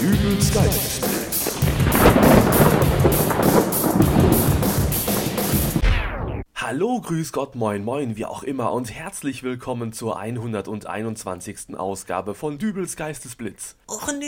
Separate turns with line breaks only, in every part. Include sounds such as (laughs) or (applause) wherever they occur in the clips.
Dübels Geistesblitz. Hallo, grüß Gott, moin, moin, wie auch immer und herzlich willkommen zur 121. Ausgabe von Dübels Geistesblitz.
Och nö,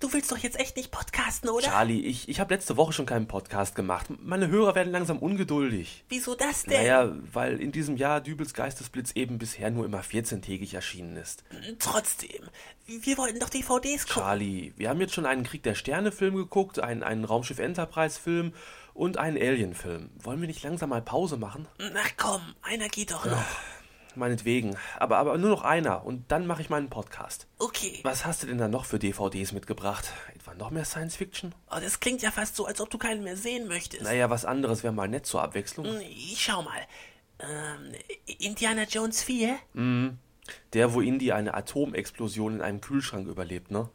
du willst doch jetzt echt nicht podcasten, oder?
Charlie, ich, ich habe letzte Woche schon keinen Podcast gemacht. Meine Hörer werden langsam ungeduldig.
Wieso das denn?
Naja, weil in diesem Jahr Dübels Geistesblitz eben bisher nur immer 14-tägig erschienen ist.
Trotzdem, wir wollten doch DVDs gucken.
Charlie, wir haben jetzt schon einen Krieg der Sterne-Film geguckt, einen, einen Raumschiff Enterprise-Film und einen Alien-Film. Wollen wir nicht langsam mal Pause machen?
Ach komm, einer geht doch noch.
Meinetwegen. Aber, aber nur noch einer und dann mache ich meinen Podcast.
Okay.
Was hast du denn da noch für DVDs mitgebracht? Etwa noch mehr Science-Fiction?
Oh, das klingt ja fast so, als ob du keinen mehr sehen möchtest.
Naja, was anderes wäre mal nett zur Abwechslung.
Ich schau mal. Ähm, Indiana Jones 4?
Der, wo Indy eine Atomexplosion in einem Kühlschrank überlebt, ne?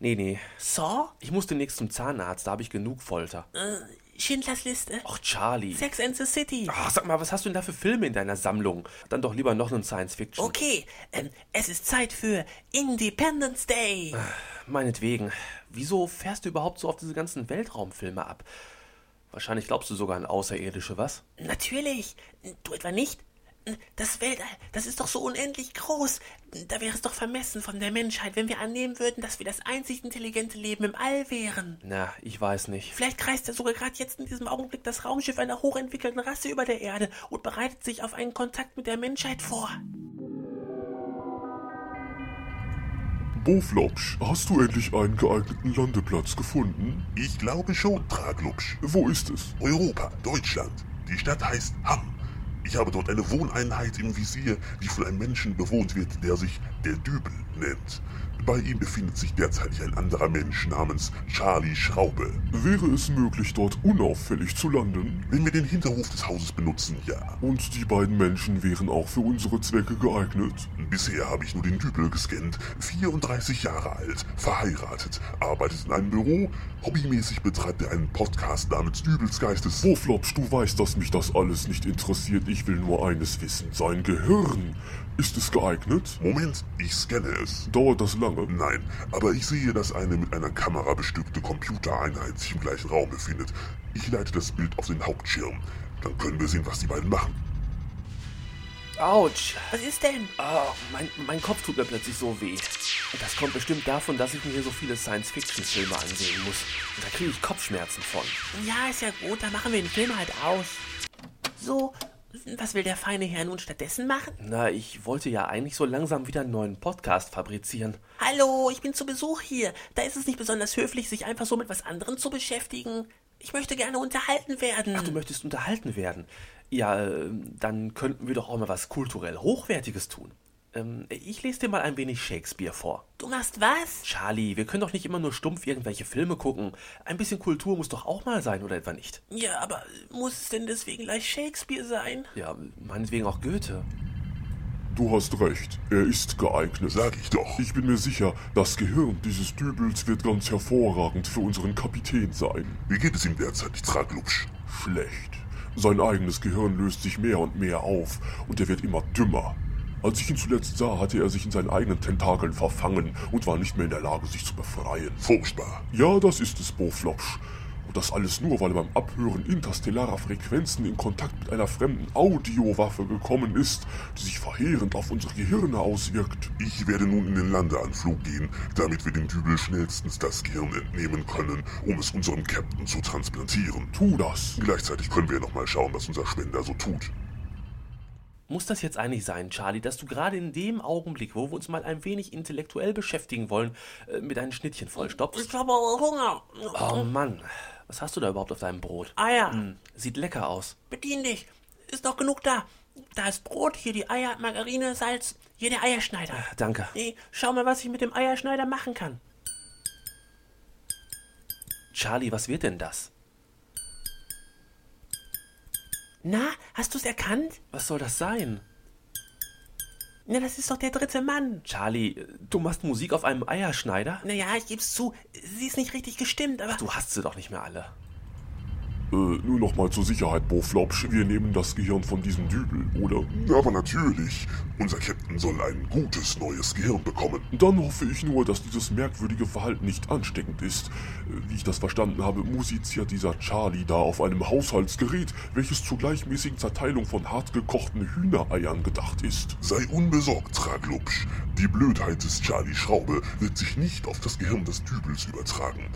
Nee, nee.
Saw?
Ich muss demnächst zum Zahnarzt, da habe ich genug Folter.
Äh, Schindlers Liste?
Och, Charlie.
Sex and the City?
Ach, sag mal, was hast du denn da für Filme in deiner Sammlung? Dann doch lieber noch einen Science-Fiction.
Okay, ähm, es ist Zeit für Independence Day.
Meinetwegen. Wieso fährst du überhaupt so auf diese ganzen Weltraumfilme ab? Wahrscheinlich glaubst du sogar an Außerirdische, was?
Natürlich. Du etwa nicht? Das Weltall, das ist doch so unendlich groß. Da wäre es doch vermessen von der Menschheit, wenn wir annehmen würden, dass wir das einzig intelligente Leben im All wären.
Na, ich weiß nicht.
Vielleicht kreist ja sogar gerade jetzt in diesem Augenblick das Raumschiff einer hochentwickelten Rasse über der Erde und bereitet sich auf einen Kontakt mit der Menschheit vor.
Boflopsch, hast du endlich einen geeigneten Landeplatz gefunden?
Ich glaube schon, Traglupsch.
Wo ist es?
Europa, Deutschland. Die Stadt heißt Hamm. Ich habe dort eine Wohneinheit im Visier, die von einem Menschen bewohnt wird, der sich der Dübel nennt. Bei ihm befindet sich derzeit ein anderer Mensch namens Charlie Schraube.
Wäre es möglich, dort unauffällig zu landen?
Wenn wir den Hinterhof des Hauses benutzen, ja.
Und die beiden Menschen wären auch für unsere Zwecke geeignet?
Bisher habe ich nur den Dübel gescannt, 34 Jahre alt, verheiratet, arbeitet in einem Büro, hobbymäßig betreibt er einen Podcast namens Dübels Geistes.
Boflopsch, du weißt, dass mich das alles nicht interessiert. Ich will nur eines wissen. Sein Gehirn. Ist es geeignet?
Moment, ich scanne es.
Dauert das lange?
Nein, aber ich sehe, dass eine mit einer Kamera bestückte Computereinheit sich im gleichen Raum befindet. Ich leite das Bild auf den Hauptschirm. Dann können wir sehen, was die beiden machen.
Autsch!
Was ist denn?
Ah, mein, mein Kopf tut mir plötzlich so weh. Das kommt bestimmt davon, dass ich mir hier so viele Science-Fiction-Filme ansehen muss. Und da kriege ich Kopfschmerzen von.
Ja, ist ja gut, dann machen wir den Film halt aus. So, was will der feine Herr nun stattdessen machen?
Na, ich wollte ja eigentlich so langsam wieder einen neuen Podcast fabrizieren.
Hallo, ich bin zu Besuch hier. Da ist es nicht besonders höflich, sich einfach so mit was anderem zu beschäftigen. Ich möchte gerne unterhalten werden.
Du möchtest unterhalten werden. Ja, äh, dann könnten wir doch auch mal was kulturell Hochwertiges tun. Ähm, ich lese dir mal ein wenig Shakespeare vor.
du machst was?
Charlie, wir können doch nicht immer nur stumpf irgendwelche Filme gucken. Ein bisschen Kultur muss doch auch mal sein, oder etwa nicht?
Ja, aber muss es denn deswegen gleich Shakespeare sein?
Ja, meinetwegen auch Goethe.
Du hast recht. Er ist geeignet.
Sag ich doch.
Ich bin mir sicher, das Gehirn dieses Dübels wird ganz hervorragend für unseren Kapitän sein.
Wie geht es ihm derzeit, Traglupsch?
Schlecht. Sein eigenes Gehirn löst sich mehr und mehr auf und er wird immer dümmer. Als ich ihn zuletzt sah, hatte er sich in seinen eigenen Tentakeln verfangen und war nicht mehr in der Lage, sich zu befreien.
Furchtbar.
Ja, das ist es, Boflopsch. Und das alles nur, weil er beim Abhören interstellarer Frequenzen in Kontakt mit einer fremden Audiowaffe gekommen ist, die sich verheerend auf unsere Gehirne auswirkt.
Ich werde nun in den Landeanflug gehen, damit wir dem Dübel schnellstens das Gehirn entnehmen können, um es unserem Captain zu transplantieren.
Tu das.
Gleichzeitig können wir nochmal schauen, was unser Spender so tut.
Muss das jetzt eigentlich sein, Charlie, dass du gerade in dem Augenblick, wo wir uns mal ein wenig intellektuell beschäftigen wollen, äh, mit einem Schnittchen vollstopfst?
Ich habe Hunger.
Oh Mann, was hast du da überhaupt auf deinem Brot? Hm,
Eier.
Sieht lecker aus.
Bedien dich. Ist noch genug da. Da ist Brot, hier die Eier, Margarine, Salz, hier der Eierschneider.
Danke.
Nee, schau mal, was ich mit dem Eierschneider machen kann.
Charlie, was wird denn das?
Na, hast du's erkannt?
Was soll das sein?
Na, das ist doch der dritte Mann.
Charlie, äh, du machst Musik auf einem Eierschneider?
Naja, ich geb's zu, sie ist nicht richtig gestimmt, aber
Du hast sie doch nicht mehr alle.
Äh, nur nochmal zur Sicherheit, Boflopsch. Wir nehmen das Gehirn von diesem Dübel, oder?
Aber natürlich, unser Captain soll ein gutes neues Gehirn bekommen.
Dann hoffe ich nur, dass dieses merkwürdige Verhalten nicht ansteckend ist. Äh, Wie ich das verstanden habe, musiziert dieser Charlie da auf einem Haushaltsgerät, welches zur gleichmäßigen Zerteilung von hartgekochten Hühnereiern gedacht ist.
Sei unbesorgt, Traglupsch. Die Blödheit des Charlie Schraube wird sich nicht auf das Gehirn des Dübels übertragen.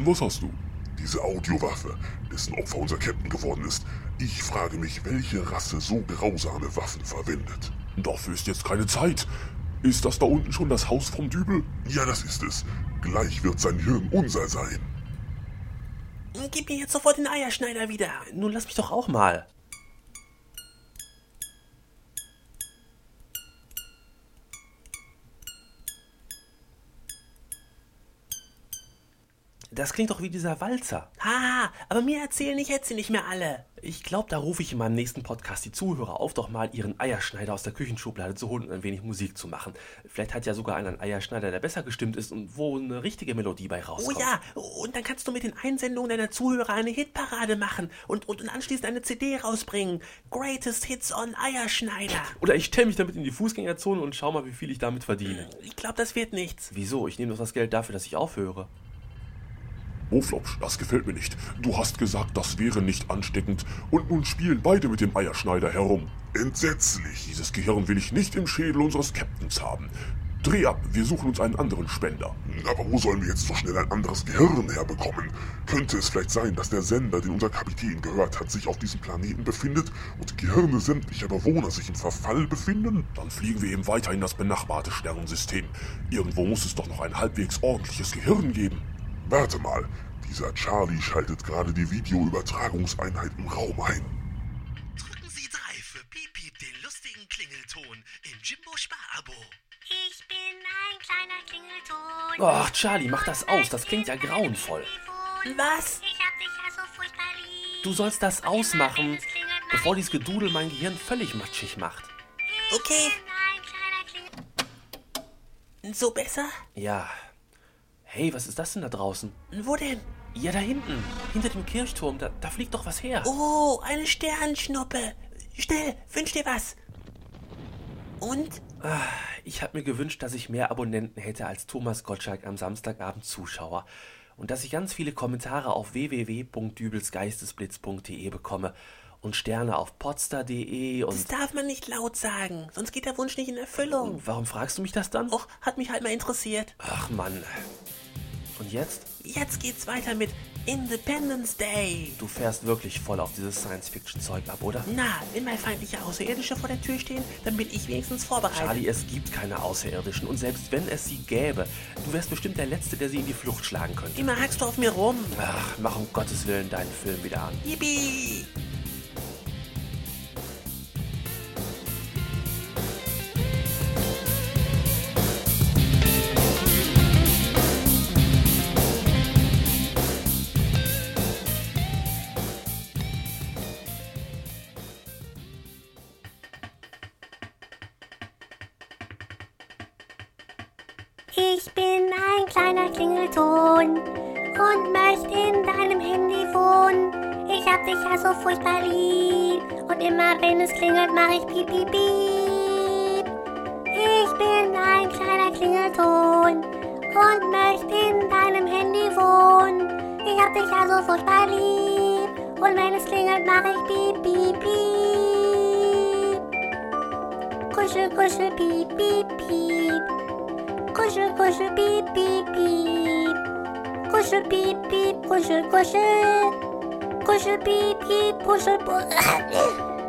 Was hast du?
Diese Audiowaffe, dessen Opfer unser Captain geworden ist. Ich frage mich, welche Rasse so grausame Waffen verwendet.
Dafür ist jetzt keine Zeit. Ist das da unten schon das Haus vom Dübel?
Ja, das ist es. Gleich wird sein Hirn unser sein.
Gib mir jetzt sofort den Eierschneider wieder.
Nun lass mich doch auch mal. Das klingt doch wie dieser Walzer.
Ha, aber mir erzählen, ich hätte sie nicht äh, mehr alle.
Ich glaube, da rufe ich in meinem nächsten Podcast die Zuhörer auf, doch mal ihren Eierschneider aus der Küchenschublade zu holen und ein wenig Musik zu machen. Vielleicht hat ja sogar einer einen Eierschneider, der besser gestimmt ist und wo eine richtige Melodie bei
Oh
rauskommt.
ja, und dann kannst du mit den Einsendungen deiner Zuhörer eine Hitparade machen und, und, und anschließend eine CD rausbringen. Greatest Hits on Eierschneider.
Oder ich stelle mich damit in die Fußgängerzone und schau mal, wie viel ich damit verdiene.
Ich glaube, das wird nichts.
Wieso? Ich nehme doch das Geld dafür, dass ich aufhöre.
Boflopsch, Oh, das gefällt mir nicht. Du hast gesagt, das wäre nicht ansteckend. Und nun spielen beide mit dem Eierschneider herum.
Entsetzlich.
Dieses Gehirn will ich nicht im Schädel unseres Captains haben. Dreh ab, wir suchen uns einen anderen Spender.
Hm, Aber wo sollen wir jetzt so schnell ein anderes Gehirn herbekommen? Könnte es vielleicht sein, dass der Sender, den unser Kapitän gehört hat, sich auf diesem Planeten befindet und die Gehirne sämtlicher Bewohner sich im Verfall befinden?
Dann fliegen wir eben weiter in das benachbarte Sternensystem. Irgendwo muss es doch noch ein halbwegs ordentliches Gehirn geben.
Warte mal, dieser Charlie schaltet gerade die Videoübertragungseinheit im Raum ein.
Drücken Sie drei für Piep Piep, den lustigen Klingelton im Jimbo Sparabo.
Ich bin ein kleiner Klingelton.
Ach, Charlie, Oh, mach das aus. Das klingt ja grauenvoll.
Was?
Ich hab dich ja so furchtbar lieb.
Du sollst das ausmachen,
Es klingelt mein
bevor dieses Gedudel mein Gehirn völlig matschig macht.
Okay,
Klingel, ein kleiner Klingelton.
so besser?
Ja. Hey, was ist das denn da draußen?
Wo denn?
Ja, da hinten. Hinter dem Kirchturm. Da, da fliegt doch was her.
Oh, eine Sternschnuppe. Schnell, wünsch dir was. Und?
Ich habe mir gewünscht, dass ich mehr Abonnenten hätte als Thomas Gottschalk am Samstagabend Zuschauer und dass ich ganz viele Kommentare auf www.dübelsgeistesblitz.de bekomme und Sterne auf potster.de
Das
und
darf man nicht laut sagen, sonst geht der Wunsch nicht in Erfüllung.
warum fragst du mich das dann?
Och, hat mich halt mal interessiert.
Ach Mann. Und jetzt?
Jetzt geht's weiter mit Independence Day.
Du fährst wirklich voll auf dieses Science-Fiction-Zeug ab, oder?
Na, wenn mal feindliche Außerirdische vor der Tür stehen, dann bin ich wenigstens vorbereitet.
Charlie, es gibt keine Außerirdischen und selbst wenn es sie gäbe, du wärst bestimmt der Letzte, der sie in die Flucht schlagen könnte.
Immer hackst du auf mir rum.
Ach, mach um Gottes Willen deinen Film wieder an.
Yippie!
Ich bin ein kleiner Klingelton und möchte in deinem Handy wohnen. Ich hab dich ja so furchtbar lieb und immer wenn es klingelt, mach ich piep, piep, piep. Ich bin ein kleiner Klingelton und möchte in deinem Handy wohnen. Ich hab dich ja so furchtbar lieb und wenn es klingelt, mach ich piep, piep, piep. Kuschel, kuschel, piep, piep, piep. Kuschel, kuschel, piep, piep, piep. Kuschel, piep, (laughs) piep, kuschel, kuschel. Kuschel, piep, piep, kuschel, bu-